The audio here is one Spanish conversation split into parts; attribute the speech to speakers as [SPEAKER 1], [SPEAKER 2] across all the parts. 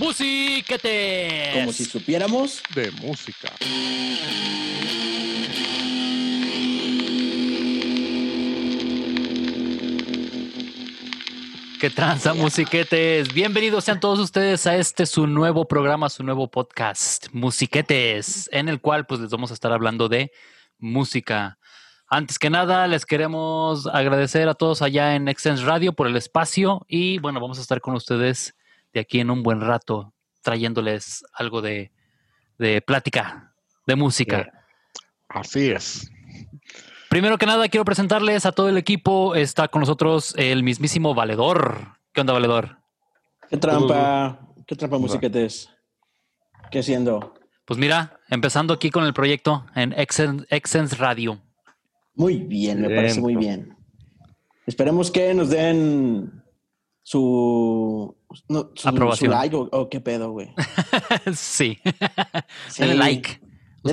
[SPEAKER 1] Musiquete.
[SPEAKER 2] Como si supiéramos.
[SPEAKER 3] de música.
[SPEAKER 1] ¿Qué tranza, musiquetes? Bienvenidos sean todos ustedes a este su nuevo programa, su nuevo podcast, Musiquetes, en el cual pues les vamos a estar hablando de música. Antes que nada, les queremos agradecer a todos allá en Extens Radio por el espacio y bueno, vamos a estar con ustedes de aquí en un buen rato trayéndoles algo de, de plática, de música.
[SPEAKER 3] Así es.
[SPEAKER 1] Primero que nada, quiero presentarles a todo el equipo. Está con nosotros el mismísimo Valedor. ¿Qué onda, Valedor?
[SPEAKER 2] ¿Qué trampa? ¿Qué trampa musiquetes? ¿Qué siendo?
[SPEAKER 1] Pues mira, empezando aquí con el proyecto en Exen- Exens Radio.
[SPEAKER 2] Muy bien, me
[SPEAKER 3] Bien,
[SPEAKER 2] parece muy
[SPEAKER 3] bro.
[SPEAKER 2] bien. Esperemos que nos den su, no, su-
[SPEAKER 1] Aprobación.
[SPEAKER 2] su like o, o qué pedo, güey.
[SPEAKER 1] sí.
[SPEAKER 2] Sí.
[SPEAKER 1] Denle like.
[SPEAKER 2] Denle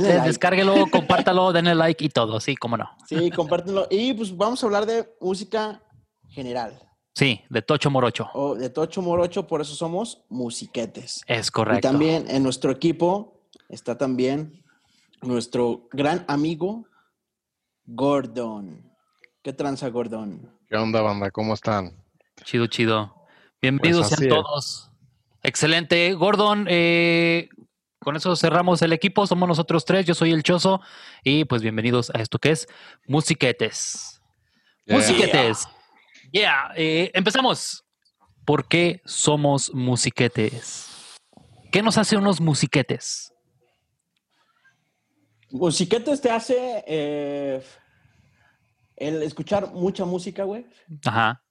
[SPEAKER 1] Ustedes
[SPEAKER 2] like.
[SPEAKER 1] descárguelo, compártalo, denle like y todo. Sí, cómo no.
[SPEAKER 2] Sí, compártenlo. Y pues vamos a hablar de música general
[SPEAKER 1] Sí, de Tocho Morocho.
[SPEAKER 2] o de Tocho Morocho, por eso somos musiquetes.
[SPEAKER 1] Es
[SPEAKER 2] Y
[SPEAKER 1] correcto.
[SPEAKER 2] también en nuestro equipo está también nuestro gran amigo Gordon. ¿Qué tranza, Gordon?
[SPEAKER 3] ¿Qué onda, banda? ¿Cómo están?
[SPEAKER 1] Chido, chido. Bienvenidos
[SPEAKER 3] Pues así
[SPEAKER 1] sean
[SPEAKER 3] es.
[SPEAKER 1] todos. Excelente. Gordon, eh, con eso cerramos el equipo. Somos nosotros tres. Yo soy el Chozo. Y pues bienvenidos a esto que es Musiquetes.
[SPEAKER 3] Yeah.
[SPEAKER 2] Pues
[SPEAKER 1] Musiquetes. Yeah. eh, empezamos. ¿Por qué somos musiquetes? ¿Qué nos hace unos musiquetes?
[SPEAKER 2] Musiquetes Pues, te hace eh, el escuchar mucha música, güey,
[SPEAKER 1] Ajá,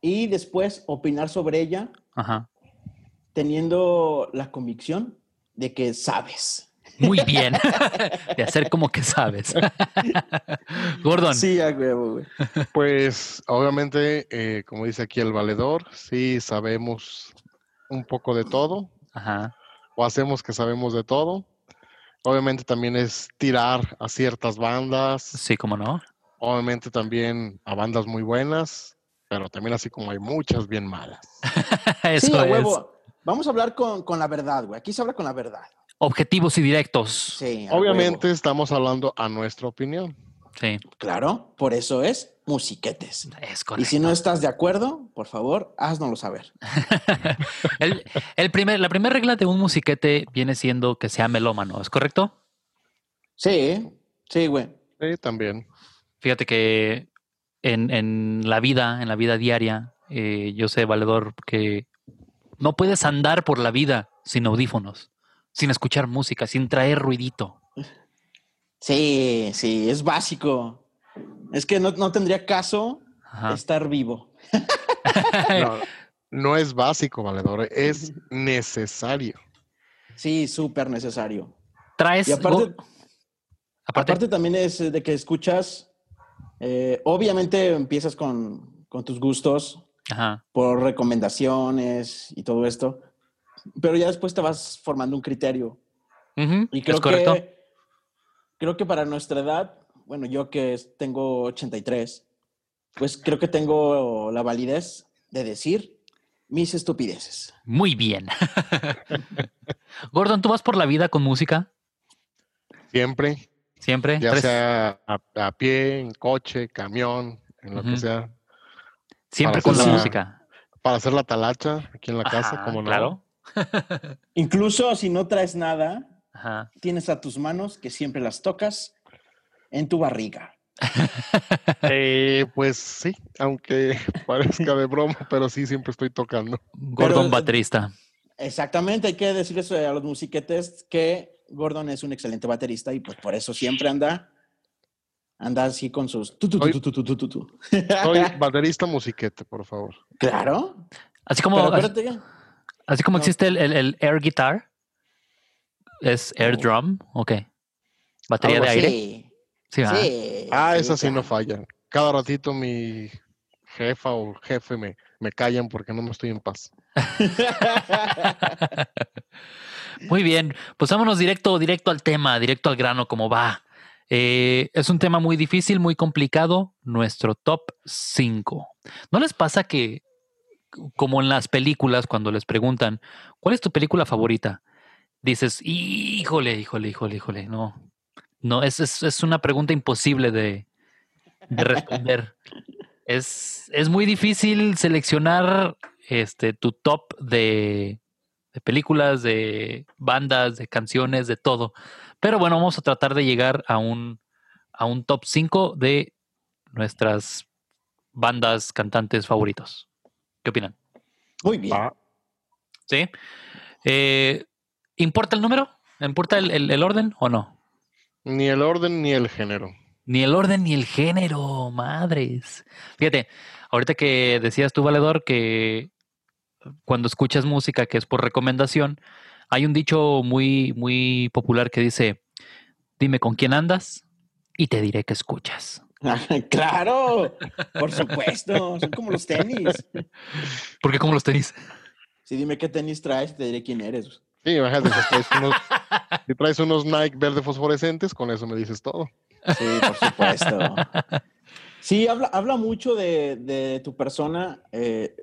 [SPEAKER 2] y después opinar sobre ella
[SPEAKER 1] ajá.
[SPEAKER 2] teniendo la convicción de que sabes.
[SPEAKER 1] Muy bien. De hacer como que sabes. Gordon.
[SPEAKER 2] Sí, a huevo, güey.
[SPEAKER 3] Pues obviamente, eh, como dice aquí el valedor, sí sabemos un poco de todo
[SPEAKER 1] Ajá.
[SPEAKER 3] o hacemos que sabemos de todo. Obviamente también es tirar a ciertas bandas,
[SPEAKER 1] Sí, cómo no.
[SPEAKER 3] obviamente también a bandas muy buenas, pero también así como hay muchas bien malas.
[SPEAKER 1] Eso
[SPEAKER 2] Sí, a
[SPEAKER 1] es.
[SPEAKER 2] huevo. Vamos a hablar con, con la verdad, güey. Aquí se habla con la verdad.
[SPEAKER 1] objetivos y directos. Sí.
[SPEAKER 2] Sí, a
[SPEAKER 3] Obviamente
[SPEAKER 2] huevo.
[SPEAKER 3] estamos hablando a nuestra opinión.
[SPEAKER 2] Claro, por eso es musiquetes.
[SPEAKER 1] es
[SPEAKER 2] Y
[SPEAKER 1] correcto.
[SPEAKER 2] si no estás de acuerdo, por favor, haznoslo saber.
[SPEAKER 1] el, el primer, la primera regla de un musiquete viene siendo que sea melómano, ¿es correcto?
[SPEAKER 2] Sí, sí, güey.
[SPEAKER 3] Sí, también.
[SPEAKER 1] Fíjate que en, en la vida, en la vida diaria, eh, yo sé, Valedor, que no puedes andar por la vida sin audífonos, sin escuchar música, sin traer ruidito.
[SPEAKER 2] Sí, sí, es básico. Es que no, no tendría caso
[SPEAKER 1] Ajá.
[SPEAKER 2] estar vivo. Eh.
[SPEAKER 3] No, no es básico, valedor, es necesario.
[SPEAKER 2] Sí, súper necesario.
[SPEAKER 1] Traes.
[SPEAKER 2] Y aparte,
[SPEAKER 1] go- aparte-
[SPEAKER 2] aparte también es de que escuchas, eh, obviamente empiezas con, con tus gustos
[SPEAKER 1] ajá,
[SPEAKER 2] por recomendaciones y todo esto, pero ya después te vas formando un criterio.
[SPEAKER 1] ujú,
[SPEAKER 2] Y creo
[SPEAKER 1] es correcto.
[SPEAKER 2] que creo que para nuestra edad, bueno, yo que es- tengo 83, pues creo que tengo la validez de decir mis estupideces.
[SPEAKER 1] Muy bien. Gordon, ¿tú vas por la vida con música?
[SPEAKER 3] Siempre,
[SPEAKER 1] Siempre.
[SPEAKER 3] ya
[SPEAKER 1] ¿Traes-
[SPEAKER 3] sea a, a pie, en coche, camión, en lo que
[SPEAKER 1] Ujú.
[SPEAKER 3] sea,
[SPEAKER 1] Siempre
[SPEAKER 3] para
[SPEAKER 1] con la
[SPEAKER 3] hacer la-
[SPEAKER 1] música.
[SPEAKER 3] para hacer la talacha aquí en la casa,
[SPEAKER 1] Ajá,
[SPEAKER 3] como no.
[SPEAKER 1] Claro.
[SPEAKER 2] Incluso si no traes nada,
[SPEAKER 1] Ajá.
[SPEAKER 2] tienes a tus manos que siempre las tocas en tu barriga.
[SPEAKER 3] Eh, pues sí, aunque parezca de broma, pero sí siempre estoy tocando.
[SPEAKER 1] Gordon
[SPEAKER 2] eh,
[SPEAKER 1] baterista.
[SPEAKER 2] Exactamente, hay que decirles a los musiquetes que Gordon es un excelente baterista y pues por eso siempre anda anda así con sus tu, tu, tu,
[SPEAKER 3] Soy-
[SPEAKER 2] tu, tu, tu, tu, tu.
[SPEAKER 3] Soy baterista musiquete, por favor.
[SPEAKER 2] Claro.
[SPEAKER 1] Así como.
[SPEAKER 2] Pero
[SPEAKER 1] así-
[SPEAKER 2] acuérdate,
[SPEAKER 1] Así como
[SPEAKER 2] No.
[SPEAKER 1] existe el, el- el air guitar, es air
[SPEAKER 2] No.
[SPEAKER 1] drum, ok. Batería
[SPEAKER 3] Algo
[SPEAKER 1] de aire.
[SPEAKER 2] Sí,
[SPEAKER 1] Sí, ¿verdad?
[SPEAKER 2] sí,
[SPEAKER 3] Ah, esa sí no
[SPEAKER 2] claro.
[SPEAKER 3] falla. Cada ratito mi jefa o jefe me, me callan porque no me estoy en paz.
[SPEAKER 1] Muy bien, pues vámonos directo, directo al tema, directo al grano, como va. Eh, es un tema muy difícil, muy complicado, nuestro top 5. ¿No les pasa que, como en las películas, cuando les preguntan, ¿cuál es tu película favorita? Dices, híjole, híjole, híjole, híjole, no. No, es, es, es una pregunta imposible de, de responder. es, es muy difícil seleccionar este, tu top de, de películas, de bandas, de canciones, de todo. Pero bueno, vamos a tratar de llegar a un, a un top 5 de nuestras bandas, cantantes favoritos. ¿Qué opinan?
[SPEAKER 2] Muy bien.
[SPEAKER 3] Va.
[SPEAKER 1] ¿Sí? Eh, ¿Importa el número? ¿Importa el, el- el orden o no?
[SPEAKER 3] Ni el orden ni el género.
[SPEAKER 1] Ni el orden ni el género, madres. Fíjate, ahorita que decías tú, Valedor, que cuando escuchas música que es por recomendación, hay un dicho muy, muy popular que dice, dime con quién andas y te diré qué escuchas.
[SPEAKER 2] Ah, claro, por supuesto. Son como los tenis.
[SPEAKER 1] Porque como los tenis.
[SPEAKER 2] Si dime qué tenis traes, te diré quién eres.
[SPEAKER 3] Sí, imagínate, si traes unos, si traes unos Nike verde fosforescentes, con eso me dices todo.
[SPEAKER 2] Sí, por supuesto. Sí, habla, habla mucho de, de tu persona, eh,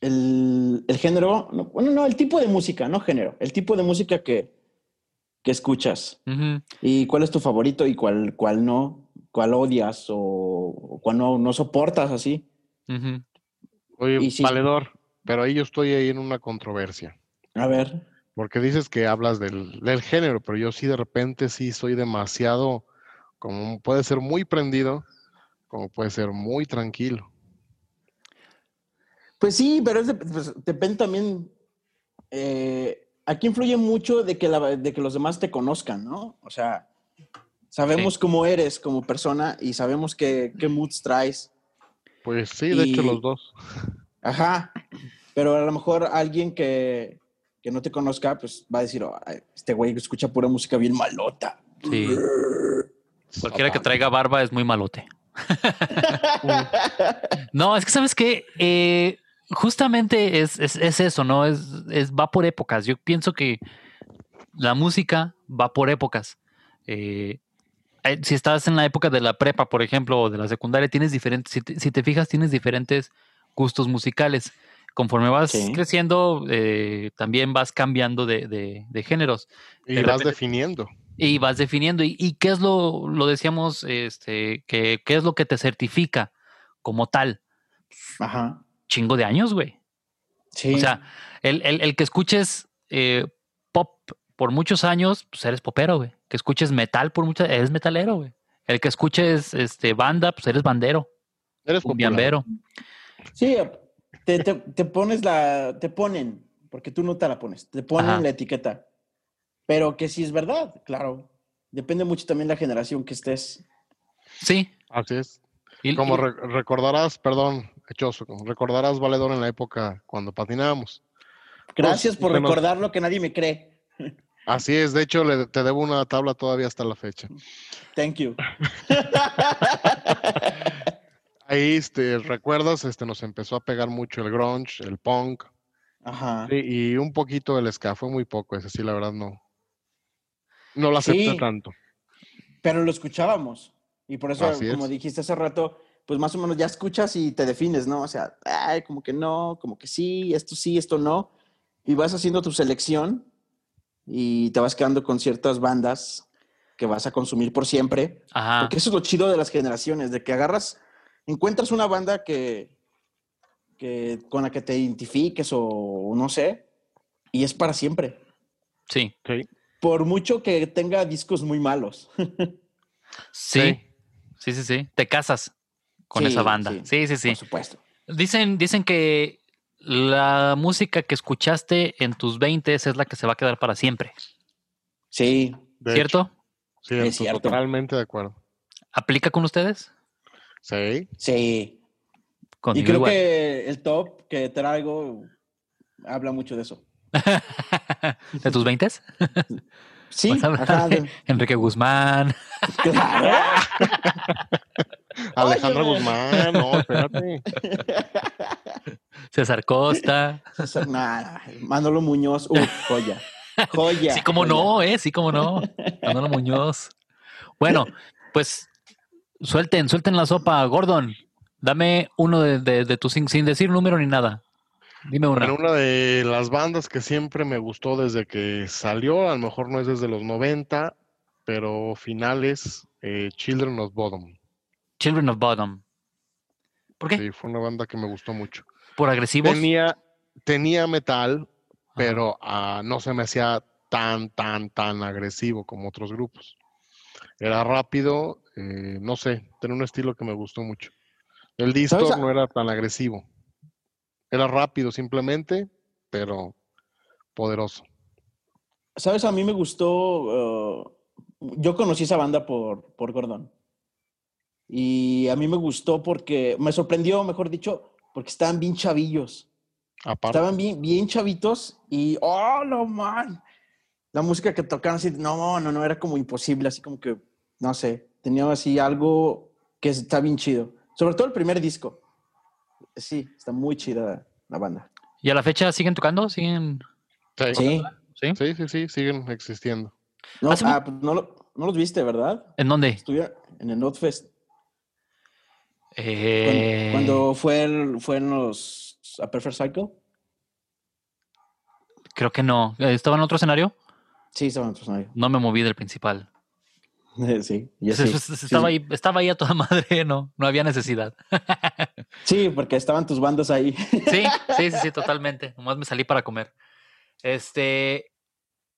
[SPEAKER 2] el, el género, no, bueno, no, el tipo de música, no género, el tipo de música que, que escuchas
[SPEAKER 1] Ujú.
[SPEAKER 2] y cuál es tu favorito y cuál, cuál no, cuál odias o, o cuál no, no soportas así.
[SPEAKER 1] Ujú.
[SPEAKER 3] Oye,
[SPEAKER 2] Y sí.
[SPEAKER 3] valedor, pero ahí yo estoy ahí en una controversia.
[SPEAKER 2] A ver,
[SPEAKER 3] Porque dices que hablas del, del género, pero yo sí de repente sí soy demasiado, como puede ser muy prendido, como puede ser muy tranquilo.
[SPEAKER 2] pues sí, pero es de- pues, depende también, eh, aquí influye mucho de que, la- de que los demás te conozcan, ¿no? O sea, sabemos cómo eres como persona y sabemos qué, qué moods traes.
[SPEAKER 3] Pues sí, de hecho
[SPEAKER 2] Y-
[SPEAKER 3] los dos.
[SPEAKER 2] Ajá. Pero a lo mejor alguien que, que no te conozca, pues va a decir, "Oh, ay, este güey escucha pura música bien malota.
[SPEAKER 1] Sí. Cualquiera que
[SPEAKER 3] Satán.
[SPEAKER 1] traiga barba es muy malote. No, es que sabes que justamente es, es- es eso, ¿no? Es, es- va por épocas. Yo pienso que la música va por épocas. Eh, eh, si estás en la época de la prepa, por ejemplo, o de la secundaria, tienes diferentes, si te, si te fijas, tienes diferentes gustos musicales. Conforme vas
[SPEAKER 2] Sí.
[SPEAKER 1] creciendo, eh, también vas cambiando de- de- de géneros
[SPEAKER 3] Y
[SPEAKER 1] de
[SPEAKER 3] vas
[SPEAKER 1] repente-
[SPEAKER 3] definiendo.
[SPEAKER 1] y vas definiendo. ¿Y, y qué es lo, lo decíamos, este, que, qué es lo que te certifica como tal?
[SPEAKER 2] Ajá.
[SPEAKER 1] Chingo de años, güey.
[SPEAKER 2] Sí.
[SPEAKER 1] O sea, el, el- el que escuches eh, pop por muchos años, pues eres popero, güey. Que escuches metal por muchos eres metalero, güey. El que escuches este, banda, pues eres bandero,
[SPEAKER 3] Eres popular.
[SPEAKER 1] cumbiambero.
[SPEAKER 2] sí, te, te- te pones la, te ponen, porque tú no te la pones, te ponen
[SPEAKER 1] Ajá.
[SPEAKER 2] la etiqueta. Pero que sí es verdad, claro. Depende mucho también de la generación que estés.
[SPEAKER 1] Sí.
[SPEAKER 3] Así es.
[SPEAKER 1] Y-
[SPEAKER 3] Como
[SPEAKER 1] y-
[SPEAKER 3] re- recordarás, perdón, hechoso, como recordarás, valedor, en la época cuando patinábamos.
[SPEAKER 2] Gracias por
[SPEAKER 3] bueno.
[SPEAKER 2] recordar lo que nadie me cree.
[SPEAKER 3] Así es, de hecho, le- te debo una tabla todavía hasta la fecha.
[SPEAKER 2] Thank you.
[SPEAKER 3] Ahí, este, recuerdas, este, nos empezó a pegar mucho el grunge, el punk,
[SPEAKER 2] Ajá.
[SPEAKER 3] Sí, y un poquito del ska, fue muy poco, ese sí, la verdad no. No lo acepté
[SPEAKER 2] Sí.
[SPEAKER 3] tanto.
[SPEAKER 2] Pero lo escuchábamos. Y por eso,
[SPEAKER 3] Así
[SPEAKER 2] como
[SPEAKER 3] es.
[SPEAKER 2] dijiste hace rato, pues más o menos ya escuchas y te defines, ¿no? O sea, ay, como que no, como que sí, esto sí, esto no. Y vas haciendo tu selección y te vas quedando con ciertas bandas que vas a consumir por siempre.
[SPEAKER 1] ajá.
[SPEAKER 2] Porque eso es lo chido de las generaciones, de que agarras, encuentras una banda que, que con la que te identifiques o no sé, y es para siempre.
[SPEAKER 1] Sí.
[SPEAKER 2] Por mucho que tenga discos muy malos.
[SPEAKER 1] Sí. Sí, sí, sí. Te casas con esa
[SPEAKER 2] Sí,
[SPEAKER 1] banda. Sí, sí, sí.
[SPEAKER 2] Por supuesto.
[SPEAKER 1] Dicen, dicen que la música que escuchaste en tus 20 es la que se va a quedar para siempre,
[SPEAKER 2] Sí,
[SPEAKER 3] De hecho,
[SPEAKER 1] ¿cierto?
[SPEAKER 3] cierto,
[SPEAKER 2] Es cierto.
[SPEAKER 3] Totalmente de acuerdo.
[SPEAKER 1] ¿Aplica con ustedes?
[SPEAKER 3] Sí.
[SPEAKER 2] sí.
[SPEAKER 1] Con
[SPEAKER 2] y creo que el top que traigo Habla mucho de eso.
[SPEAKER 1] ¿De tus veintes?
[SPEAKER 2] Sí,
[SPEAKER 1] Vas a hablar
[SPEAKER 2] ajá,
[SPEAKER 1] de
[SPEAKER 2] de-
[SPEAKER 1] Enrique Guzmán.
[SPEAKER 2] claro.
[SPEAKER 3] Alejandro
[SPEAKER 2] Óyeme.
[SPEAKER 3] Guzmán, no, espérate.
[SPEAKER 1] César Costa.
[SPEAKER 2] César- nah, Manolo Muñoz, uh, joya. Joya.
[SPEAKER 1] sí, como
[SPEAKER 2] joya.
[SPEAKER 1] no, ¿eh? Sí, como no. Manolo Muñoz. Bueno, pues suelten, suelten la sopa, Gordon. Dame uno de, de- de tus sin, sin decir número ni nada. Dime una.
[SPEAKER 3] Bueno, una de las bandas que siempre me gustó desde que salió, a lo mejor no es desde los 90, pero finales, eh, Children of Bodom.
[SPEAKER 1] Children of Bottom. ¿Por qué?
[SPEAKER 3] Sí, fue una banda que me gustó mucho.
[SPEAKER 1] ¿Por agresivos?
[SPEAKER 3] Tenía, tenía metal,
[SPEAKER 1] Ajá.
[SPEAKER 3] pero ah, no se me hacía tan, tan, tan agresivo como otros grupos. Era rápido, eh, no sé, tenía un estilo que me gustó mucho. El disco
[SPEAKER 2] a-
[SPEAKER 3] no era tan agresivo. Era rápido simplemente, pero poderoso.
[SPEAKER 2] ¿Sabes? A mí me gustó. uh, yo conocí esa banda por, por Gordon. Y a mí me gustó porque. Me sorprendió, mejor dicho, porque estaban bien chavillos.
[SPEAKER 3] Aparte,
[SPEAKER 2] Estaban bien, bien chavitos y. ¡Oh, no, man! La música que tocaban así. No, no, no, era como imposible, así como que. No sé. Tenía así algo que está bien chido. Sobre todo el primer disco. Sí, está muy chida la banda.
[SPEAKER 1] ¿Y a la fecha siguen tocando? ¿Siguen?
[SPEAKER 3] sí, sí,
[SPEAKER 2] Sí.
[SPEAKER 1] ¿Sí?
[SPEAKER 3] sí, sí, siguen existiendo.
[SPEAKER 2] No,
[SPEAKER 1] Hace mu-
[SPEAKER 2] ah, pues no, lo- no los viste, ¿verdad?
[SPEAKER 1] ¿En dónde?
[SPEAKER 2] Estuvieron en el Notfest. Cuan-
[SPEAKER 1] Eh,
[SPEAKER 2] Cuando fue, el- fue en los A Perfect Cycle.
[SPEAKER 1] Creo que no. Eh, ¿Estaba en otro escenario?
[SPEAKER 2] Sí, estaba en otro escenario.
[SPEAKER 1] No me moví del principal.
[SPEAKER 2] Sí, yo
[SPEAKER 1] Se-
[SPEAKER 2] sí.
[SPEAKER 1] se- se- estaba, ahí, estaba ahí a toda madre, no, no había necesidad.
[SPEAKER 2] Sí, porque estaban tus bandas ahí.
[SPEAKER 1] Sí, sí, sí, sí, totalmente. Nomás me salí para comer. Este,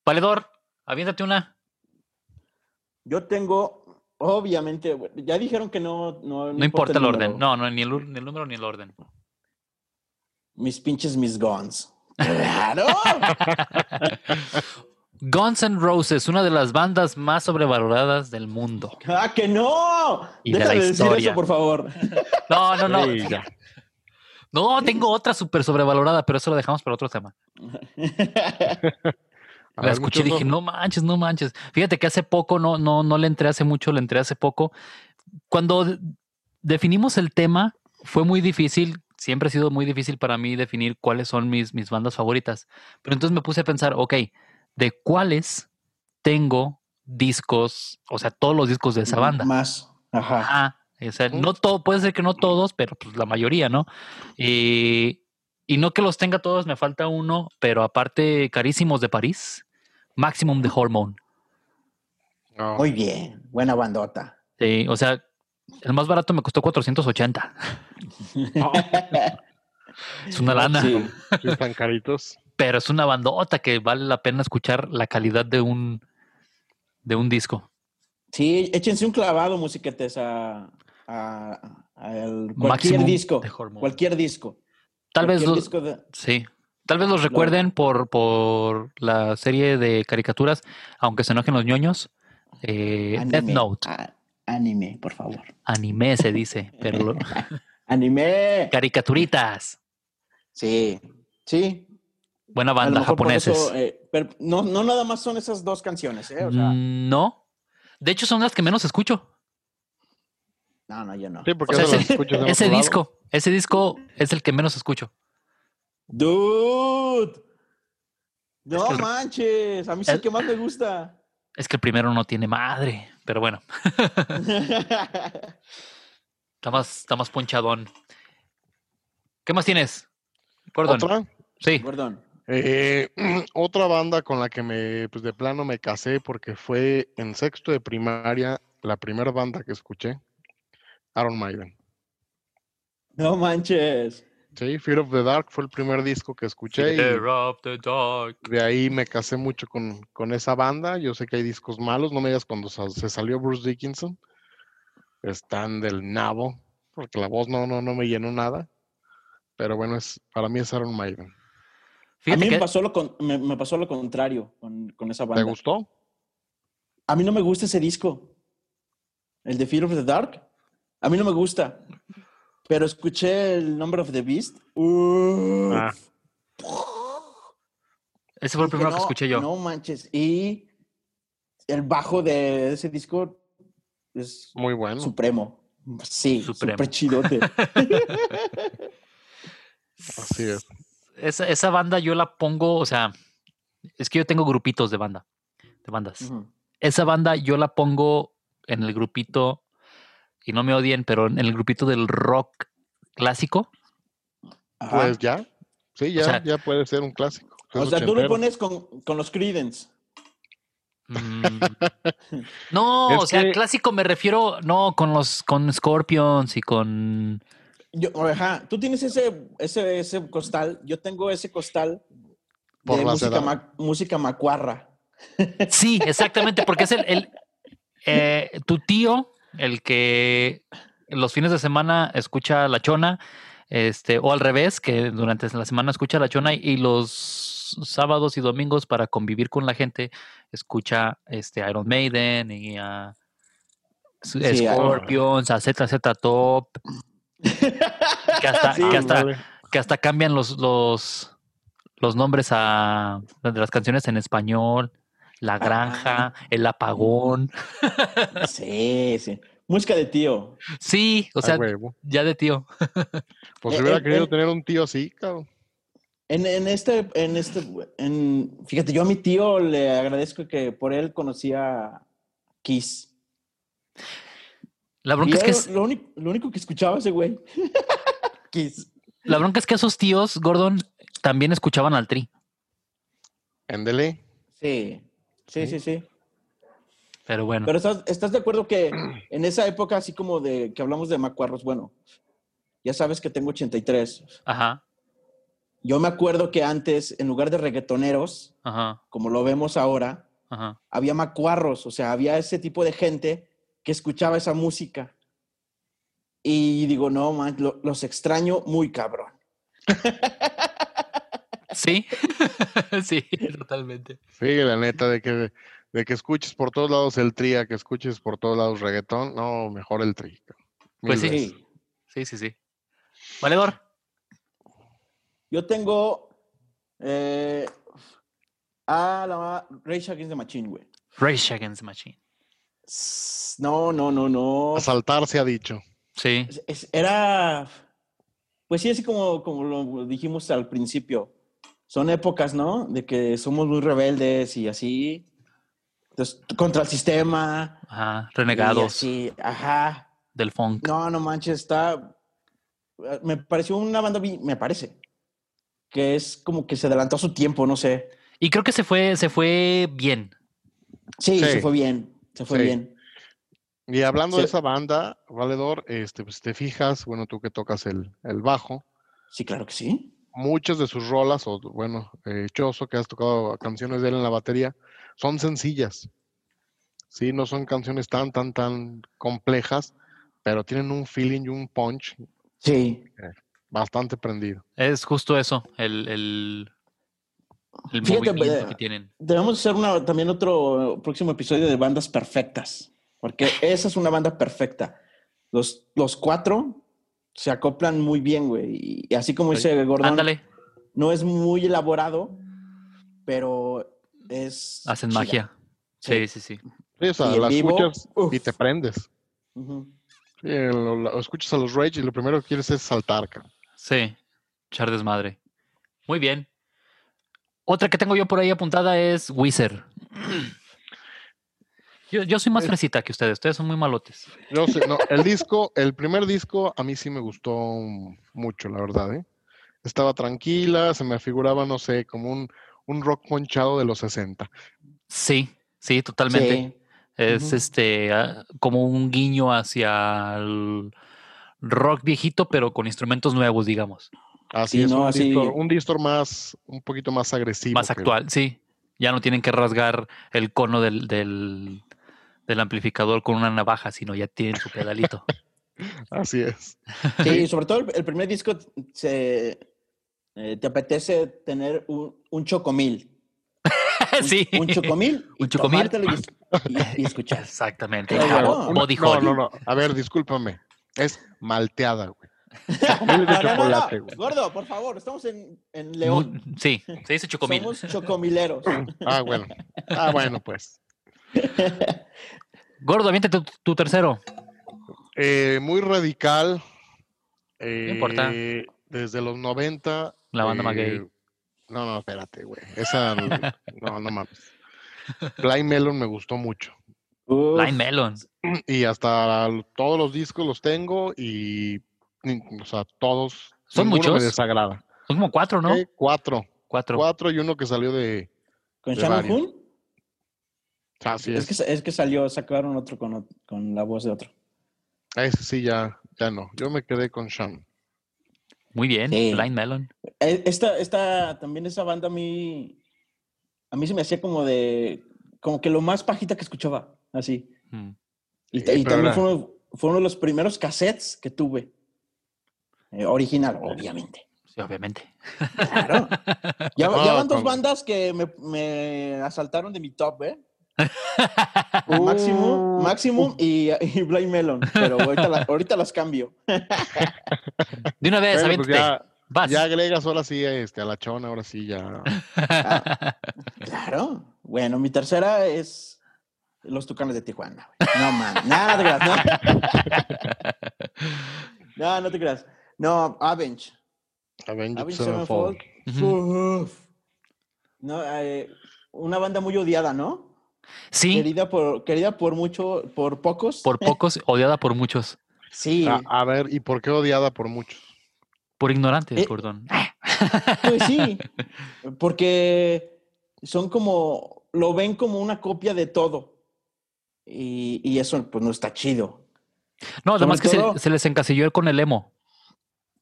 [SPEAKER 1] valedor, aviéntate una.
[SPEAKER 2] Yo tengo, obviamente, bueno, ya dijeron que no. No,
[SPEAKER 1] No importa el
[SPEAKER 2] número.
[SPEAKER 1] orden. No, no, ni el, ur- ni el número ni el orden.
[SPEAKER 2] Mis pinches mis guns. ¡Claro!
[SPEAKER 1] Guns N' Roses, una de las bandas más sobrevaloradas del mundo.
[SPEAKER 2] ¡Ah, que no!
[SPEAKER 1] Y de la
[SPEAKER 2] Deja de decir
[SPEAKER 1] historia.
[SPEAKER 2] eso, por favor.
[SPEAKER 1] No, no, no.
[SPEAKER 3] Sí, ya.
[SPEAKER 1] No, tengo otra súper sobrevalorada, pero eso lo dejamos para otro tema.
[SPEAKER 3] A
[SPEAKER 1] la
[SPEAKER 3] ver,
[SPEAKER 1] escuché y
[SPEAKER 3] muchachos,
[SPEAKER 1] dije, no manches, no manches. Fíjate que hace poco, no, no, no le entré hace mucho, le entré hace poco. Cuando de- definimos el tema, fue muy difícil. Siempre ha sido muy difícil para mí definir cuáles son mis, mis bandas favoritas. Pero entonces me puse a pensar, ok, ¿de cuáles tengo discos? O sea, todos los discos de esa banda.
[SPEAKER 2] Más. Ajá.
[SPEAKER 1] Ajá. O sea,
[SPEAKER 3] Ujú.
[SPEAKER 1] no todo, puede ser que no todos, pero pues la mayoría, ¿no? Y, y no que los tenga todos, me falta uno, pero aparte, carísimos de París, Maximum de Hormone.
[SPEAKER 3] no,
[SPEAKER 2] Muy bien. Buena bandota.
[SPEAKER 1] Sí, o sea, el más barato me costó 480. Es una lana,
[SPEAKER 2] Ah, Sí.
[SPEAKER 3] sí están caritos.
[SPEAKER 1] pero es una bandota que vale la pena escuchar la calidad de un, de un disco.
[SPEAKER 2] Sí, échense un clavado, musiquetes, a, a- a el- cualquier
[SPEAKER 1] Maximum
[SPEAKER 2] disco.
[SPEAKER 1] de Hormone.
[SPEAKER 2] Cualquier disco.
[SPEAKER 1] Tal vez,
[SPEAKER 2] Cualquier
[SPEAKER 1] lo-
[SPEAKER 2] disco de-
[SPEAKER 1] sí. Tal vez los recuerden por, por la serie de caricaturas, aunque se enojen los ñoños. eh, Death
[SPEAKER 2] anime.
[SPEAKER 1] Note.
[SPEAKER 2] A- anime, por favor.
[SPEAKER 1] Anime se dice, pero lo-
[SPEAKER 2] Anime.
[SPEAKER 1] caricaturitas.
[SPEAKER 2] Sí, sí.
[SPEAKER 1] Buena
[SPEAKER 2] a lo
[SPEAKER 1] banda,
[SPEAKER 2] mejor por
[SPEAKER 1] japoneses.
[SPEAKER 2] eso, eh, pero no, no nada más son esas dos canciones, ¿eh? O sea,
[SPEAKER 1] Mm. no. De hecho, son las que menos escucho.
[SPEAKER 2] no, no, yo no.
[SPEAKER 3] Sí, porque
[SPEAKER 1] sea,
[SPEAKER 3] eso lo
[SPEAKER 1] ese-
[SPEAKER 3] escuchas en
[SPEAKER 1] Ese
[SPEAKER 3] otro lado.
[SPEAKER 1] disco, ese disco es el que menos escucho.
[SPEAKER 2] ¡Dude! No
[SPEAKER 1] que el-
[SPEAKER 2] manches, a mí sí
[SPEAKER 1] el-
[SPEAKER 2] que más me gusta.
[SPEAKER 1] Es que el primero no tiene madre, pero bueno, está más, está más ponchadón. ¿Qué más tienes? Gordon.
[SPEAKER 3] ¿Otra?
[SPEAKER 1] Sí.
[SPEAKER 2] Gordon.
[SPEAKER 3] Eh, otra banda con la que me, pues de plano me casé porque fue en sexto de primaria la primera banda que escuché, Aaron Maiden.
[SPEAKER 2] No manches.
[SPEAKER 3] Sí, Fear of the Dark fue el primer disco que escuché
[SPEAKER 1] Fear
[SPEAKER 3] y
[SPEAKER 1] of the dark.
[SPEAKER 3] de ahí me casé mucho con, con esa banda. Yo sé que hay discos malos, no me digas cuando sa- se salió Bruce Dickinson, están del nabo, porque la voz no, no, no me llenó nada. Pero bueno, es, para mí es Aaron
[SPEAKER 2] A
[SPEAKER 3] Maiden.
[SPEAKER 2] mí
[SPEAKER 1] Fíjate
[SPEAKER 2] me
[SPEAKER 1] que
[SPEAKER 2] pasó lo, con- me, me pasó lo contrario con, con esa
[SPEAKER 3] ¿Te
[SPEAKER 2] banda.
[SPEAKER 3] gustó?
[SPEAKER 2] A mí no me gusta ese disco. El de Fear of the Dark. A mí no me gusta. Pero escuché el Number of the Beast. ¡Uf!
[SPEAKER 3] Ah.
[SPEAKER 1] Ese fue el
[SPEAKER 2] Dije,
[SPEAKER 1] primero que
[SPEAKER 2] "No,
[SPEAKER 1] escuché yo.
[SPEAKER 2] No manches. Y el bajo de ese disco es
[SPEAKER 3] Muy bueno.
[SPEAKER 2] supremo. Sí,
[SPEAKER 1] Supremo.
[SPEAKER 2] súper chidote.
[SPEAKER 3] Así es.
[SPEAKER 1] Esa, esa banda yo la pongo, o sea, es que yo tengo grupitos de banda, de bandas.
[SPEAKER 2] Ujú.
[SPEAKER 1] Esa banda yo la pongo en el grupito, y no me odien, pero en el grupito del rock clásico.
[SPEAKER 2] Ajá.
[SPEAKER 3] Pues ya. Sí, ya,
[SPEAKER 1] sea-
[SPEAKER 3] ya puede ser un clásico.
[SPEAKER 2] o
[SPEAKER 3] Es
[SPEAKER 2] sea, tú lo
[SPEAKER 3] ochentero.
[SPEAKER 2] pones con, con los Creedence.
[SPEAKER 1] Mm. No,
[SPEAKER 3] Es
[SPEAKER 1] o sea,
[SPEAKER 3] que-
[SPEAKER 1] clásico me refiero, no, con los, con Scorpions y con...
[SPEAKER 2] Yo, ajá, tú tienes ese, ese, ese costal, yo tengo ese costal
[SPEAKER 3] Por
[SPEAKER 2] de
[SPEAKER 3] la
[SPEAKER 2] música,
[SPEAKER 3] sedad.
[SPEAKER 2] ma- música macuarra.
[SPEAKER 1] Sí, exactamente, porque es el, el, eh, tu tío, el que los fines de semana escucha la chona, este, o al revés, que durante la semana escucha la chona y los sábados y domingos para convivir con la gente escucha este Iron Maiden y a S-
[SPEAKER 2] Sí, a-
[SPEAKER 1] Scorpions, a ZZ Top, que hasta,
[SPEAKER 2] Sí,
[SPEAKER 1] que hasta,
[SPEAKER 3] Ándale.
[SPEAKER 1] que hasta cambian los, los, los nombres a de las canciones en español, La
[SPEAKER 2] Ah,
[SPEAKER 1] Granja, El Apagón.
[SPEAKER 2] Sí, sí. Música de tío.
[SPEAKER 1] Sí, o
[SPEAKER 2] Ah,
[SPEAKER 3] A
[SPEAKER 1] sea,
[SPEAKER 3] huevo.
[SPEAKER 1] ya de tío.
[SPEAKER 3] Pues
[SPEAKER 2] Eh,
[SPEAKER 3] si hubiera
[SPEAKER 2] eh,
[SPEAKER 3] querido
[SPEAKER 2] eh.
[SPEAKER 3] tener un tío así, cabrón.
[SPEAKER 2] En, en este, en este, en, fíjate, yo a mi tío le agradezco que por él conocía Kiss.
[SPEAKER 1] La
[SPEAKER 2] Y
[SPEAKER 1] bronca es que
[SPEAKER 2] era
[SPEAKER 1] es-
[SPEAKER 2] lo, único, lo único que escuchaba ese güey. Kiss.
[SPEAKER 1] la bronca es que esos tíos, Gordon, también escuchaban al tri,
[SPEAKER 3] Ándele.
[SPEAKER 2] Sí. Sí, sí, sí.
[SPEAKER 1] pero bueno.
[SPEAKER 2] Pero estás, estás de acuerdo que en esa época, así como de que hablamos de macuarros, bueno, ya sabes que tengo 83.
[SPEAKER 1] Ajá,
[SPEAKER 2] Yo me acuerdo que antes, en lugar de reggaetoneros,
[SPEAKER 1] ajá,
[SPEAKER 2] como lo vemos ahora,
[SPEAKER 1] ajá.
[SPEAKER 2] había macuarros, o sea, había ese tipo de gente que escuchaba esa música. Y digo, no, man, lo- los extraño muy cabrón.
[SPEAKER 1] Sí, sí, totalmente.
[SPEAKER 3] Sí, la neta, de que, de que escuches por todos lados el tri, a que escuches por todos lados reggaetón, no, mejor el tri. cabrón. Mil
[SPEAKER 1] Pues sí.
[SPEAKER 3] veces.
[SPEAKER 2] Sí.
[SPEAKER 1] Sí, sí, sí. Vale, Gor.
[SPEAKER 2] Yo tengo eh, a la Rage Against the Machine, güey.
[SPEAKER 1] Rage Against the Machine.
[SPEAKER 2] S- No, no, no, no.
[SPEAKER 3] Asaltar se ha dicho.
[SPEAKER 1] Sí,
[SPEAKER 2] Es- es- Era, pues sí, así como, como lo dijimos al principio, son épocas, ¿no? De que somos muy rebeldes y así, Entonces, contra el sistema.
[SPEAKER 1] ajá.
[SPEAKER 2] y
[SPEAKER 1] Renegados
[SPEAKER 2] así, ajá.
[SPEAKER 1] del funk.
[SPEAKER 2] No, no manches, está... Me pareció una banda, bi- me parece, que es como que se adelantó a su tiempo, no sé.
[SPEAKER 1] Y creo que se fue, se fue bien.
[SPEAKER 2] Sí,
[SPEAKER 3] Sí.
[SPEAKER 2] se fue bien, se fue
[SPEAKER 3] Sí.
[SPEAKER 2] bien.
[SPEAKER 3] Y hablando de
[SPEAKER 2] Sí.
[SPEAKER 3] esa banda, Valedor, este, pues te fijas, bueno, tú que tocas el, el bajo,
[SPEAKER 2] Sí, claro que sí.
[SPEAKER 3] muchas de sus rolas, o bueno, eh, Choso, que has tocado canciones de él en la batería, son sencillas. Sí, no son canciones tan, tan, tan complejas, pero tienen un feeling y un punch
[SPEAKER 2] Sí.
[SPEAKER 3] bastante prendido.
[SPEAKER 1] Es justo eso, el, el, el
[SPEAKER 2] Fíjate,
[SPEAKER 1] movimiento
[SPEAKER 2] eh,
[SPEAKER 1] que tienen.
[SPEAKER 2] Debemos hacer una, también otro próximo episodio de bandas perfectas, porque esa es una banda perfecta. Los, los cuatro se acoplan muy bien, güey. Y, y así como
[SPEAKER 1] Oye,
[SPEAKER 2] dice Gordon,
[SPEAKER 1] Ándale,
[SPEAKER 2] no es muy elaborado, pero es.
[SPEAKER 1] hacen
[SPEAKER 2] chida.
[SPEAKER 1] magia. Sí,
[SPEAKER 2] Sí.
[SPEAKER 1] sí, sí.
[SPEAKER 3] Sí, o sea,
[SPEAKER 2] Y en
[SPEAKER 3] la
[SPEAKER 2] vivo,
[SPEAKER 3] escuchas y
[SPEAKER 2] uf.
[SPEAKER 3] te prendes.
[SPEAKER 2] Ujú.
[SPEAKER 3] Sí, lo- lo- escuchas a los Rage y lo primero que quieres es saltar, cabrón.
[SPEAKER 1] Sí, echar desmadre. Muy bien. Otra que tengo yo por ahí apuntada es Wizard. Yo, yo soy más
[SPEAKER 2] Eh.
[SPEAKER 3] Es-
[SPEAKER 1] fresita que ustedes, ustedes son muy malotes.
[SPEAKER 3] Yo sé, no, el disco, el primer disco a mí sí me gustó mucho, la verdad, ¿eh? Estaba tranquila, se me figuraba, no sé, como un, un rock ponchado de los 60.
[SPEAKER 1] Sí, sí, totalmente.
[SPEAKER 2] Sí.
[SPEAKER 1] Es
[SPEAKER 2] Ujú.
[SPEAKER 1] este ah, como un guiño hacia el rock viejito, pero con instrumentos nuevos, digamos.
[SPEAKER 3] Así
[SPEAKER 2] Sí,
[SPEAKER 3] es,
[SPEAKER 2] no,
[SPEAKER 3] un,
[SPEAKER 2] así-
[SPEAKER 3] distor, un distor más, un poquito más agresivo.
[SPEAKER 1] más
[SPEAKER 3] que-
[SPEAKER 1] actual, sí. Ya no tienen que rasgar el cono del, del, del amplificador con una navaja, sino ya tienen su pedalito.
[SPEAKER 3] Así es.
[SPEAKER 2] Sí, sobre todo el, el primer disco se, eh, te apetece tener un, un chocomil. Un-
[SPEAKER 1] sí.
[SPEAKER 2] Un, chocomil. y
[SPEAKER 1] Un chocomil.
[SPEAKER 2] tomártelo Y, y- y escuchar.
[SPEAKER 1] Exactamente.
[SPEAKER 2] Claro.
[SPEAKER 1] Jabo-
[SPEAKER 2] Una-
[SPEAKER 1] body
[SPEAKER 3] No,
[SPEAKER 1] hot.
[SPEAKER 3] no, no. A ver, discúlpame. Es malteada, güey.
[SPEAKER 2] No, no, no,
[SPEAKER 3] chocolate, güey.
[SPEAKER 2] Gordo, por favor, estamos en, en León.
[SPEAKER 1] Mu- Sí, se dice chocomil.
[SPEAKER 2] Somos chocomileros.
[SPEAKER 3] Ah, bueno. Ah, bueno, pues.
[SPEAKER 1] Gordo, aviéntate tu, tu tercero.
[SPEAKER 3] Eh, muy radical. eh,
[SPEAKER 1] importa.
[SPEAKER 3] Desde los 90.
[SPEAKER 1] La banda
[SPEAKER 3] eh,
[SPEAKER 1] Maguey.
[SPEAKER 3] No, no, espérate, güey. Esa. no, no mames. Blind Melon me gustó mucho.
[SPEAKER 2] Uf,
[SPEAKER 1] Blind Melon.
[SPEAKER 3] Y hasta todos los discos los tengo y. ni- O sea, todos.
[SPEAKER 1] ¿Son
[SPEAKER 3] ninguno
[SPEAKER 1] muchos?
[SPEAKER 3] Me desagrada.
[SPEAKER 1] Son como cuatro, ¿no?
[SPEAKER 3] Eh, cuatro.
[SPEAKER 1] cuatro.
[SPEAKER 3] Cuatro y uno que salió de.
[SPEAKER 2] ¿Con
[SPEAKER 3] de
[SPEAKER 2] Shannon
[SPEAKER 3] varios.
[SPEAKER 2] Hoon?
[SPEAKER 3] Así
[SPEAKER 2] Es que,
[SPEAKER 3] es.
[SPEAKER 2] sa- es que salió, sacaron otro con, ot- con la voz de otro.
[SPEAKER 3] A Ese sí, ya, ya no. Yo me quedé con Sean.
[SPEAKER 1] Muy bien,
[SPEAKER 2] Sí.
[SPEAKER 1] Blind Melon.
[SPEAKER 2] Eh, Esta, esta, también esa banda a mí, a mí se me hacía como de, como que lo más pajita que escuchaba, así.
[SPEAKER 1] Mm.
[SPEAKER 2] Y,
[SPEAKER 3] Sí,
[SPEAKER 2] ta- y
[SPEAKER 3] pero
[SPEAKER 2] también
[SPEAKER 3] era-
[SPEAKER 2] fue uno, fue uno de los primeros cassettes que tuve. Eh, original, obviamente.
[SPEAKER 1] Sí, obviamente.
[SPEAKER 2] Claro. Ya,
[SPEAKER 3] No,
[SPEAKER 2] ya van dos
[SPEAKER 3] con-
[SPEAKER 2] bandas que me, me asaltaron de mi top, ¿eh?
[SPEAKER 1] Uh.
[SPEAKER 2] Maximum, Maximum y, y Blind Melon. Pero ahorita, la- ahorita las cambio.
[SPEAKER 1] De una vez,
[SPEAKER 3] Bueno, pues
[SPEAKER 1] Eh, aviéntate.
[SPEAKER 3] ya,
[SPEAKER 1] Vas.
[SPEAKER 3] ya agregas ahora sí este, a la chona, ahora sí ya.
[SPEAKER 2] Claro. Bueno, mi tercera es Los Tucanes de Tijuana. güey. No, man. Nada, no te creas. No, no, no te creas. No, Avenge.
[SPEAKER 3] Avenged
[SPEAKER 2] Avenge Sevenfold.
[SPEAKER 3] Sevenfold.
[SPEAKER 1] Ujú.
[SPEAKER 2] Uf. No, eh, una banda muy odiada, ¿no?
[SPEAKER 1] Sí,
[SPEAKER 2] Querida por, querida por mucho, por pocos.
[SPEAKER 1] por pocos, Ah. odiada por muchos.
[SPEAKER 2] Sí.
[SPEAKER 3] A, a ver, ¿y por qué odiada por muchos?
[SPEAKER 1] Por ignorantes,
[SPEAKER 2] Eh,
[SPEAKER 1] Gordon.
[SPEAKER 2] Pues sí, porque son como, lo ven como una copia de todo. Y, y eso pues no está chido.
[SPEAKER 1] No,
[SPEAKER 2] sobre
[SPEAKER 1] además que se,
[SPEAKER 2] todo-
[SPEAKER 1] se les encasilló con el emo.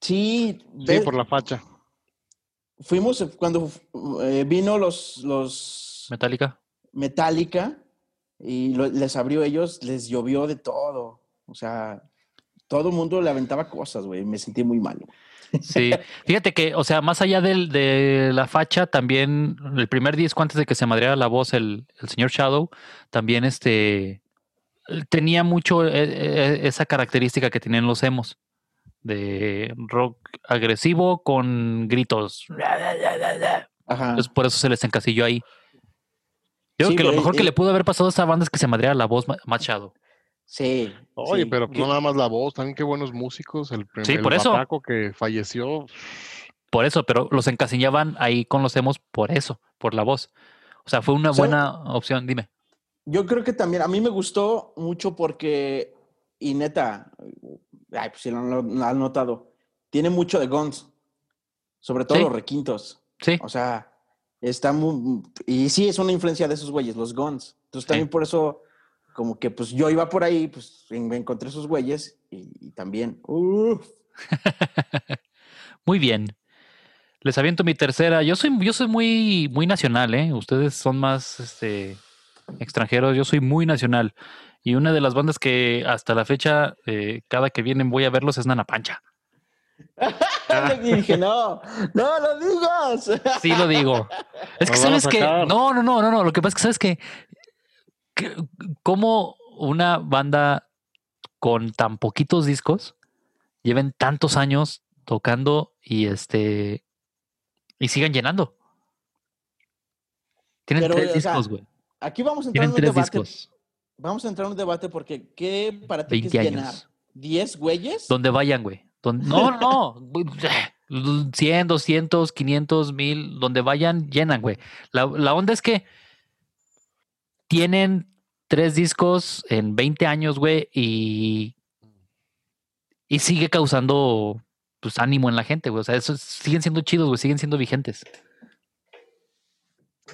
[SPEAKER 2] Sí,
[SPEAKER 3] Sí,
[SPEAKER 2] ve-
[SPEAKER 3] por la facha.
[SPEAKER 2] fuimos cuando eh, vino los, los
[SPEAKER 1] Metallica.
[SPEAKER 2] Metallica y lo- les abrió ellos, les llovió de todo. O sea, todo el mundo le aventaba cosas, güey. Me sentí muy mal.
[SPEAKER 1] Sí. Fíjate que, o sea, más allá del, de la facha, también el primer disco antes de que se madreara la voz el, el señor Shadow, también este tenía mucho eh, eh, esa característica que tenían los emos de rock agresivo con gritos.
[SPEAKER 2] Ajá.
[SPEAKER 3] Pues,
[SPEAKER 1] Entonces, por eso se les encasilló ahí. Yo
[SPEAKER 2] Sí,
[SPEAKER 1] creo que lo
[SPEAKER 2] pero,
[SPEAKER 1] mejor que
[SPEAKER 2] eh,
[SPEAKER 1] le pudo haber pasado a esa banda es que se madreara la voz ma- más Shadow.
[SPEAKER 2] Sí.
[SPEAKER 3] Oye,
[SPEAKER 2] sí.
[SPEAKER 3] pero pues, no nada más la voz, también qué buenos músicos. El, prim-
[SPEAKER 1] Sí,
[SPEAKER 3] el
[SPEAKER 1] por eso.
[SPEAKER 3] papaco que falleció.
[SPEAKER 1] Por eso, pero los encasillaban ahí con los emos por eso, por la voz. O sea, fue una
[SPEAKER 2] ¿Sabe-
[SPEAKER 1] buena opción, dime.
[SPEAKER 2] Yo creo que también, a mí me gustó mucho porque, y neta, ay, pues si lo, han- lo han notado, tiene mucho de Guns, sobre todo
[SPEAKER 1] Sí.
[SPEAKER 2] los requintos.
[SPEAKER 1] Sí.
[SPEAKER 2] O sea, está muy. Y sí, es una influencia de esos güeyes, los Guns. Entonces
[SPEAKER 1] Sí.
[SPEAKER 2] también por eso, como que pues yo iba por ahí, pues en- me encontré esos güeyes y, y también. Uf,
[SPEAKER 1] Muy bien. Les aviento mi tercera. Yo soy, yo soy muy, muy nacional, ¿eh? Ustedes son más este, extranjeros. Yo soy muy nacional. Y una de las bandas que hasta la fecha, eh, cada que vienen voy a verlos es Nana Pancha. Ah.
[SPEAKER 2] y dije, no, no lo digas.
[SPEAKER 1] Sí lo digo. Es que
[SPEAKER 3] Nos van a
[SPEAKER 1] sabes que.
[SPEAKER 3] sacar.
[SPEAKER 1] No, no, no, no, no. Lo que pasa es que sabes que. que- ¿Cómo una banda con tan poquitos discos lleven tantos años tocando y este. y sigan llenando? Tienen
[SPEAKER 2] Pero,
[SPEAKER 1] tres
[SPEAKER 2] o sea,
[SPEAKER 1] discos, güey.
[SPEAKER 2] Aquí vamos a entrar
[SPEAKER 1] Tienen
[SPEAKER 2] en un
[SPEAKER 1] tres
[SPEAKER 2] debate.
[SPEAKER 1] discos.
[SPEAKER 2] Vamos a entrar en un debate porque ¿qué para ti
[SPEAKER 1] 20
[SPEAKER 2] qué es
[SPEAKER 1] años.
[SPEAKER 2] llenar? ¿10 güeyes?
[SPEAKER 1] Donde vayan, güey. Donde- no, no. 100, 200, 500, 1000, donde vayan, llenan, güey. La, la onda es que tienen tres discos en 20 años, güey, y, y sigue causando pues ánimo en la gente, güey. O sea, eso, es- siguen siendo chidos, güey, siguen siendo vigentes,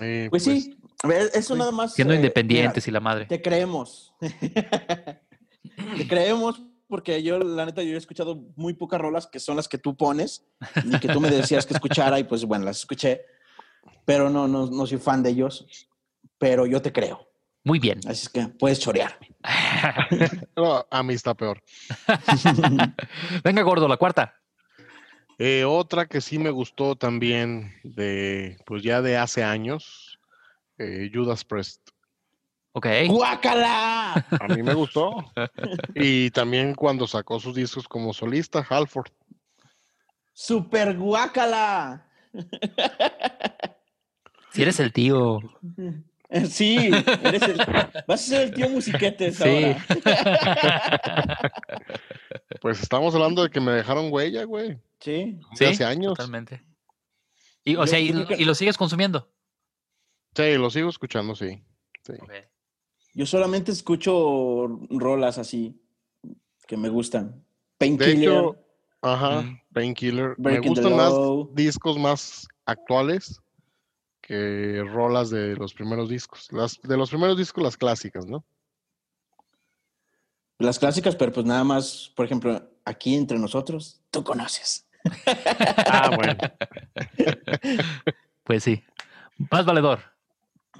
[SPEAKER 3] Eh,
[SPEAKER 2] Pues sí, a ver, eso nada más.
[SPEAKER 1] pues siendo
[SPEAKER 2] eh,
[SPEAKER 1] independientes
[SPEAKER 2] mira,
[SPEAKER 1] y la madre.
[SPEAKER 2] te creemos. te creemos porque yo, la neta, yo he escuchado muy pocas rolas que son las que tú pones y que tú me decías que escuchara y pues bueno, las escuché. Pero no, no, no soy fan de ellos. Pero yo te creo.
[SPEAKER 1] Muy bien.
[SPEAKER 2] Así es que puedes chorearme.
[SPEAKER 3] no, a mí está peor.
[SPEAKER 1] Venga, gordo, la cuarta.
[SPEAKER 3] Eh, otra que sí me gustó también, de, pues ya de hace años, eh, Judas Priest.
[SPEAKER 1] Ok.
[SPEAKER 2] ¡Guácala!
[SPEAKER 3] A mí me gustó. y también cuando sacó sus discos como solista, Halford.
[SPEAKER 2] Super guácala.
[SPEAKER 1] Si eres el tío.
[SPEAKER 2] Sí, eres el- vas a ser el tío musiquetes
[SPEAKER 1] Sí.
[SPEAKER 2] ahora.
[SPEAKER 3] Pues estamos hablando de que me dejaron huella, güey.
[SPEAKER 2] Sí.
[SPEAKER 3] Sí, hace años.
[SPEAKER 1] Totalmente. Y, o
[SPEAKER 2] Yo-
[SPEAKER 1] sea, y,
[SPEAKER 2] yo creo que-
[SPEAKER 1] y lo sigues consumiendo.
[SPEAKER 3] Sí, lo sigo escuchando, sí. Sí.
[SPEAKER 2] Yo solamente escucho rolas así que me gustan.
[SPEAKER 3] De
[SPEAKER 2] Painkiller.
[SPEAKER 3] hecho, ajá,
[SPEAKER 1] Mm.
[SPEAKER 3] Painkiller. Me
[SPEAKER 2] Breaking the
[SPEAKER 3] gustan más
[SPEAKER 2] Law.
[SPEAKER 3] discos más actuales que rolas de los primeros discos. Las, de los primeros discos, las clásicas, ¿no?
[SPEAKER 2] Las clásicas, pero pues nada más, por ejemplo, aquí entre nosotros, tú conoces.
[SPEAKER 3] Ah, bueno.
[SPEAKER 1] Pues sí. Más valedor.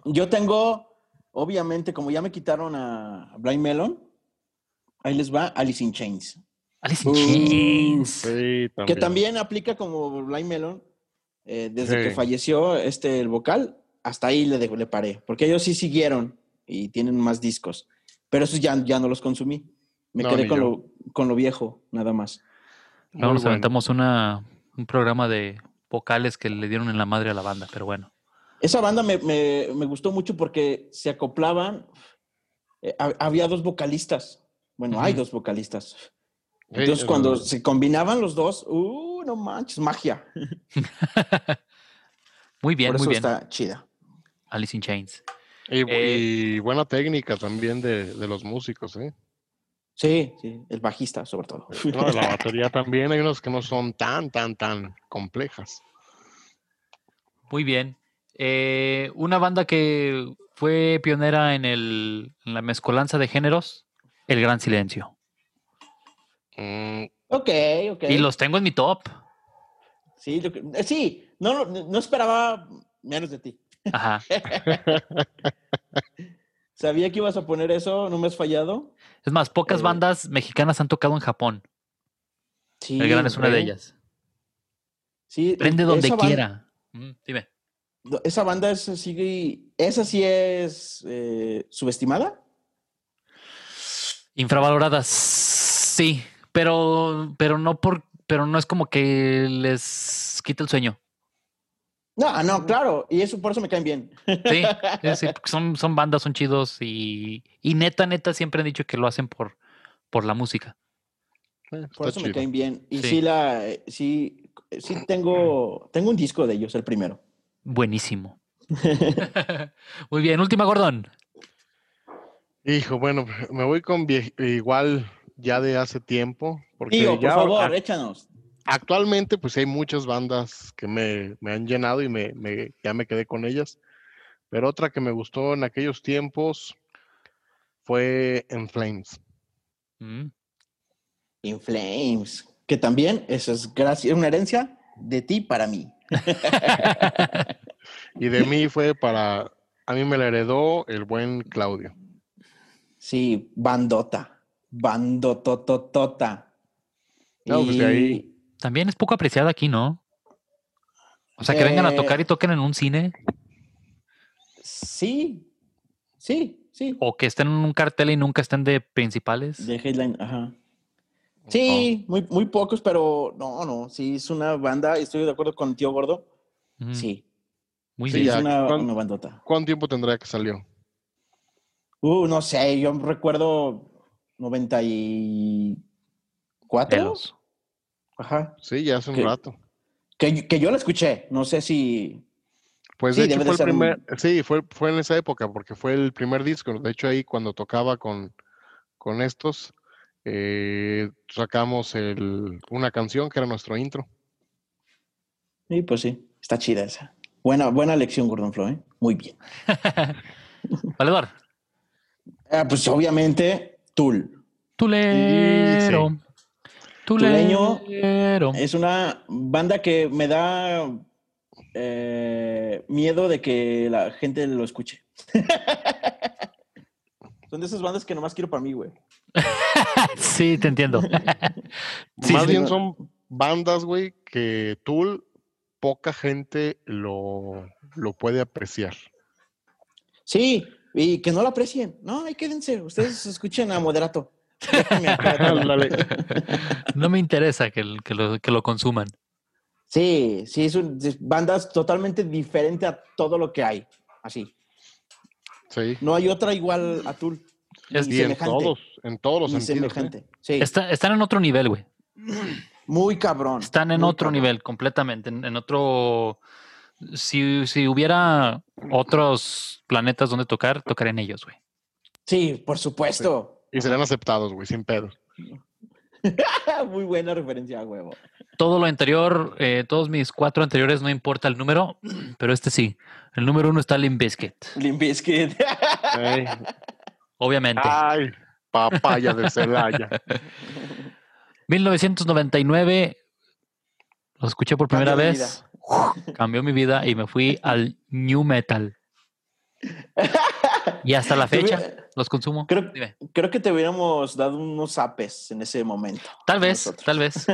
[SPEAKER 2] Yo tengo, obviamente, como ya me quitaron a Blind Melon, ahí les va Alice in Chains.
[SPEAKER 1] Alice in
[SPEAKER 2] Uh,
[SPEAKER 1] Chains.
[SPEAKER 3] Sí, también.
[SPEAKER 2] Que también aplica como Blind Melon, eh, desde que
[SPEAKER 3] Sí.
[SPEAKER 2] falleció este el vocal, hasta ahí le, dejé- le paré, porque ellos sí siguieron y tienen más discos, pero esos ya, ya no los consumí. Me
[SPEAKER 3] No,
[SPEAKER 2] quedé
[SPEAKER 3] ni
[SPEAKER 2] con
[SPEAKER 3] yo.
[SPEAKER 2] lo, con lo viejo, nada más.
[SPEAKER 3] Muy
[SPEAKER 1] Luego nos
[SPEAKER 3] bueno.
[SPEAKER 1] aventamos una, un programa de vocales que le dieron en la madre a la banda, pero bueno.
[SPEAKER 2] Esa banda me, me- me gustó mucho porque se acoplaban, eh, ha- había dos vocalistas, bueno, hay
[SPEAKER 1] Ujú.
[SPEAKER 2] dos vocalistas.
[SPEAKER 3] Sí,
[SPEAKER 2] Entonces,
[SPEAKER 3] es
[SPEAKER 2] cuando
[SPEAKER 3] verdad.
[SPEAKER 2] se combinaban los dos, ¡uh, no manches! Magia.
[SPEAKER 1] Muy bien,
[SPEAKER 2] Por
[SPEAKER 1] muy
[SPEAKER 2] eso
[SPEAKER 1] bien.
[SPEAKER 2] está chida.
[SPEAKER 1] Alice in Chains.
[SPEAKER 3] Y,
[SPEAKER 1] eh,
[SPEAKER 3] y buena técnica también de, de los músicos, ¿eh?
[SPEAKER 2] Sí, sí, el bajista, sobre todo.
[SPEAKER 3] No, de la batería también hay unos que no son tan, tan, tan complejas.
[SPEAKER 1] Muy bien. Eh, una banda que fue pionera en, el, en la mezcolanza de géneros, El Gran Silencio.
[SPEAKER 3] Mm,
[SPEAKER 2] ok, ok.
[SPEAKER 1] Y los tengo en mi top.
[SPEAKER 2] Sí, lo que- eh, sí, no, no, no esperaba menos de ti.
[SPEAKER 1] Ajá.
[SPEAKER 2] Sabía que ibas a poner eso, no me has fallado.
[SPEAKER 1] Es más, pocas
[SPEAKER 2] Eh,
[SPEAKER 1] bandas mexicanas han tocado en Japón.
[SPEAKER 2] Sí,
[SPEAKER 1] El Gran es una de
[SPEAKER 2] güey.
[SPEAKER 1] ellas.
[SPEAKER 2] Sí, e,
[SPEAKER 1] Prende
[SPEAKER 2] esa
[SPEAKER 1] donde
[SPEAKER 2] ban-
[SPEAKER 1] quiera. Mm, dime.
[SPEAKER 2] esa banda es así, esa sí es eh, subestimada.
[SPEAKER 1] Infravaloradas, sí, pero, pero no por, pero no es como que les quita el sueño.
[SPEAKER 2] No, ah, no, claro, y eso por eso me caen bien.
[SPEAKER 1] Sí, sí, sí, porque son, son bandas, son chidos y, y neta, neta, siempre han dicho que lo hacen por, por la música.
[SPEAKER 3] eh,
[SPEAKER 2] Por
[SPEAKER 3] está
[SPEAKER 2] eso me
[SPEAKER 3] chido.
[SPEAKER 2] caen bien. Y
[SPEAKER 1] Sí.
[SPEAKER 2] sí, la, eh, sí, eh, sí tengo, tengo un disco de ellos, el primero.
[SPEAKER 1] Buenísimo. Muy bien, última, Gordon.
[SPEAKER 3] Hijo, bueno, me voy con vie- igual ya de hace tiempo. Porque
[SPEAKER 2] Tío, por
[SPEAKER 3] ya
[SPEAKER 2] favor, eh.
[SPEAKER 3] a-
[SPEAKER 2] échanos.
[SPEAKER 3] actualmente pues hay muchas bandas que me, me han llenado y me, me- ya me quedé con ellas. Pero otra que me gustó en aquellos tiempos fue En Flames.
[SPEAKER 1] Mm,
[SPEAKER 2] In Flames, que también eso es gracia- una herencia de ti para mí.
[SPEAKER 3] Y de mí fue para, a mí me la heredó el buen Claudio.
[SPEAKER 2] Sí, bandota, bandotototota.
[SPEAKER 3] No, pues, de ahí-
[SPEAKER 2] Y-
[SPEAKER 1] También es poco apreciada aquí, ¿no? O sea, que vengan a
[SPEAKER 2] Eh,
[SPEAKER 1] tocar y toquen en un cine
[SPEAKER 2] Sí, sí, sí.
[SPEAKER 1] o que estén en un cartel y nunca estén de principales.
[SPEAKER 2] De headline, ajá. Sí, muy, muy pocos, pero no, no, sí, es una banda, y estoy de acuerdo con tío gordo.
[SPEAKER 1] Mm,
[SPEAKER 2] Sí,
[SPEAKER 1] Muy
[SPEAKER 2] sí,
[SPEAKER 3] Sí,
[SPEAKER 1] bien.
[SPEAKER 2] es
[SPEAKER 3] ya,
[SPEAKER 2] una,
[SPEAKER 3] ¿cuán-
[SPEAKER 2] una bandota.
[SPEAKER 3] ¿Cuánto tiempo tendría que salió?
[SPEAKER 2] Uh, no sé, yo recuerdo 94.
[SPEAKER 1] Pelos.
[SPEAKER 2] Ajá.
[SPEAKER 3] Sí, ya hace un
[SPEAKER 2] ¿Qué?
[SPEAKER 3] rato.
[SPEAKER 2] Que, que yo la escuché, no sé si.
[SPEAKER 3] Pues
[SPEAKER 2] Sí,
[SPEAKER 3] de hecho
[SPEAKER 2] debe de
[SPEAKER 3] fue el
[SPEAKER 2] ser
[SPEAKER 3] primer, sí, fue, fue en esa época, porque fue el primer disco. De hecho, ahí cuando tocaba con, con estos, eh, sacamos el, una canción que era nuestro intro.
[SPEAKER 2] Sí, pues sí, está chida esa. Buena, buena lección, Gordon Flo, ¿eh? Muy bien.
[SPEAKER 1] Valedor.
[SPEAKER 2] Ah, pues obviamente, Tool.
[SPEAKER 1] Tulero.
[SPEAKER 2] Tuleño,
[SPEAKER 1] Tulero. Eh,
[SPEAKER 2] Es una banda que me da eh, miedo de que la gente lo escuche. Son de esas bandas que nomás quiero para mí, güey.
[SPEAKER 1] Sí, te entiendo. Sí,
[SPEAKER 3] Más
[SPEAKER 1] sí,
[SPEAKER 3] bien
[SPEAKER 2] no.
[SPEAKER 3] son bandas, güey, que Tool poca gente lo, lo puede apreciar.
[SPEAKER 2] Sí, y que no la aprecien. No, ahí quédense. Ustedes escuchen a Moderato. Déjenme a Moderato.
[SPEAKER 3] Ándale.
[SPEAKER 1] No me interesa que, el- que lo, que lo consuman.
[SPEAKER 2] Sí, sí, es un, es bandas totalmente diferente a todo lo que hay. Así.
[SPEAKER 3] Sí.
[SPEAKER 2] No hay otra igual a Tool.
[SPEAKER 1] Es-
[SPEAKER 3] Y, en todos, en todos los
[SPEAKER 2] ni
[SPEAKER 3] sentidos. ¿eh?
[SPEAKER 2] semejante. Sí,
[SPEAKER 1] Está- están en otro nivel, güey.
[SPEAKER 2] muy cabrón.
[SPEAKER 1] Están en
[SPEAKER 2] muy
[SPEAKER 1] otro
[SPEAKER 2] cabrón.
[SPEAKER 1] nivel completamente, en, en otro... Si, si hubiera otros planetas donde tocar, tocar en ellos, güey.
[SPEAKER 2] Sí, por supuesto.
[SPEAKER 3] Y serán aceptados, güey, sin pedo.
[SPEAKER 2] Ah, muy buena referencia, huevo.
[SPEAKER 1] Todo lo anterior, eh, todos mis cuatro anteriores, no importa el número, pero este sí. El número uno está Limp Bizkit,
[SPEAKER 2] Limp Bizkit.
[SPEAKER 3] Ey,
[SPEAKER 1] obviamente.
[SPEAKER 3] Ay, papaya de Celaya.
[SPEAKER 1] 1999, lo escuché por primera
[SPEAKER 2] Cambió mi
[SPEAKER 1] vez, cambió mi vida y me fui al New Metal. Y hasta la fecha
[SPEAKER 2] Tuvi-
[SPEAKER 1] los consumo.
[SPEAKER 2] Creo,
[SPEAKER 1] Dime.
[SPEAKER 2] creo que te hubiéramos dado unos apes en ese momento.
[SPEAKER 1] Tal vez,
[SPEAKER 2] nosotros.
[SPEAKER 1] tal vez,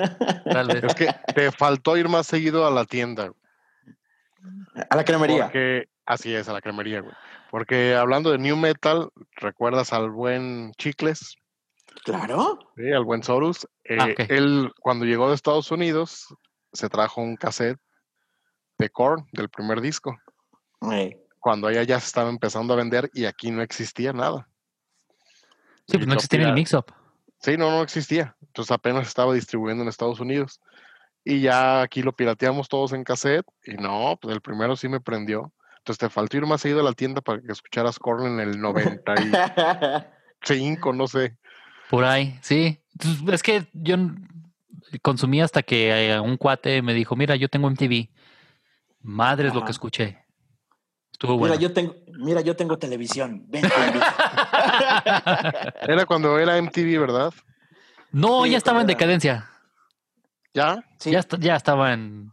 [SPEAKER 1] tal vez.
[SPEAKER 3] Es que te faltó ir más seguido a la tienda. güey,
[SPEAKER 2] A la cremería.
[SPEAKER 3] Porque, así es, a la cremería, güey. Porque hablando de New Metal, ¿recuerdas al buen Chicles?
[SPEAKER 2] Claro.
[SPEAKER 3] Sí, al buen Sorus. Eh,
[SPEAKER 1] Ah, ok.
[SPEAKER 3] Él, cuando llegó de Estados Unidos, se trajo un cassette de Korn, del primer disco.
[SPEAKER 2] Ey.
[SPEAKER 3] Cuando allá ya se estaba empezando a vender y aquí no existía nada.
[SPEAKER 1] Sí, pues
[SPEAKER 3] Y
[SPEAKER 1] no
[SPEAKER 3] lo
[SPEAKER 1] existía ni el
[SPEAKER 3] pira-
[SPEAKER 1] mix-up.
[SPEAKER 3] Sí, no, no existía. Entonces apenas estaba distribuyendo en Estados Unidos. Y ya aquí lo pirateamos todos en cassette. Y no, pues el primero sí me prendió. Entonces te faltó ir más seguido a la tienda para que escucharas Korn en el 95, no sé.
[SPEAKER 1] Por ahí, sí. Es que yo n- consumí hasta que eh, un cuate me dijo, mira, yo tengo MTV. Madre es lo
[SPEAKER 2] Ajá.
[SPEAKER 1] que escuché. Estuvo bueno.
[SPEAKER 2] Mira, yo tengo, mira, yo tengo televisión. Ven, te invito.
[SPEAKER 3] Era cuando era MTV, ¿verdad?
[SPEAKER 1] no,
[SPEAKER 2] Sí,
[SPEAKER 1] ya estaba en
[SPEAKER 2] cuando era-
[SPEAKER 1] decadencia.
[SPEAKER 3] Ya,
[SPEAKER 2] Sí,
[SPEAKER 1] Ya, est- ya estaba en...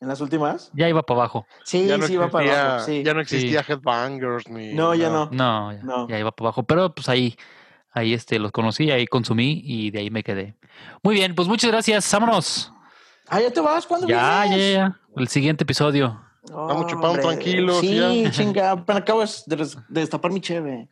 [SPEAKER 2] en las últimas.
[SPEAKER 1] Ya iba para abajo.
[SPEAKER 2] Sí,
[SPEAKER 3] ya no
[SPEAKER 2] sí, va para abajo.
[SPEAKER 3] existía-
[SPEAKER 2] Sí.
[SPEAKER 3] ya no
[SPEAKER 1] Sí.
[SPEAKER 3] existía Headbangers ni.
[SPEAKER 2] No, ya
[SPEAKER 3] nada.
[SPEAKER 2] no.
[SPEAKER 1] No, ya,
[SPEAKER 2] No.
[SPEAKER 1] ya iba para abajo. Pero pues ahí, ahí este, los conocí, ahí consumí y de ahí me quedé. Muy bien, pues muchas gracias. Vámonos.
[SPEAKER 2] Ah, ya te vas. ¿Cuándo
[SPEAKER 1] Ya, ya,
[SPEAKER 2] vienes?
[SPEAKER 1] ya. El siguiente episodio.
[SPEAKER 3] Vamos, chupamos
[SPEAKER 2] Hombre,
[SPEAKER 3] tranquilos,
[SPEAKER 2] Sí,
[SPEAKER 3] ya.
[SPEAKER 2] chinga. apenas Acabo de des- de destapar mi cheve.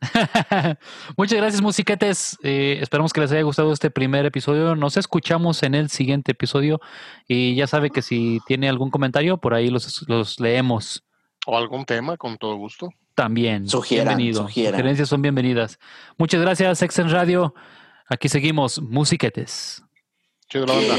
[SPEAKER 1] Muchas gracias, musiquetes. Eh, esperamos que les haya gustado este primer episodio. Nos escuchamos en el siguiente episodio. Y ya sabe que si tiene algún comentario, por ahí los, los leemos
[SPEAKER 3] O algún tema, con todo gusto.
[SPEAKER 1] también.
[SPEAKER 2] Sugieran,
[SPEAKER 1] Bienvenido.
[SPEAKER 2] sugieran.
[SPEAKER 1] Sugerencias son bienvenidas. Muchas gracias, Exen Radio. Aquí seguimos, musiquetes.
[SPEAKER 3] Chido la banda.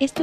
[SPEAKER 4] Esto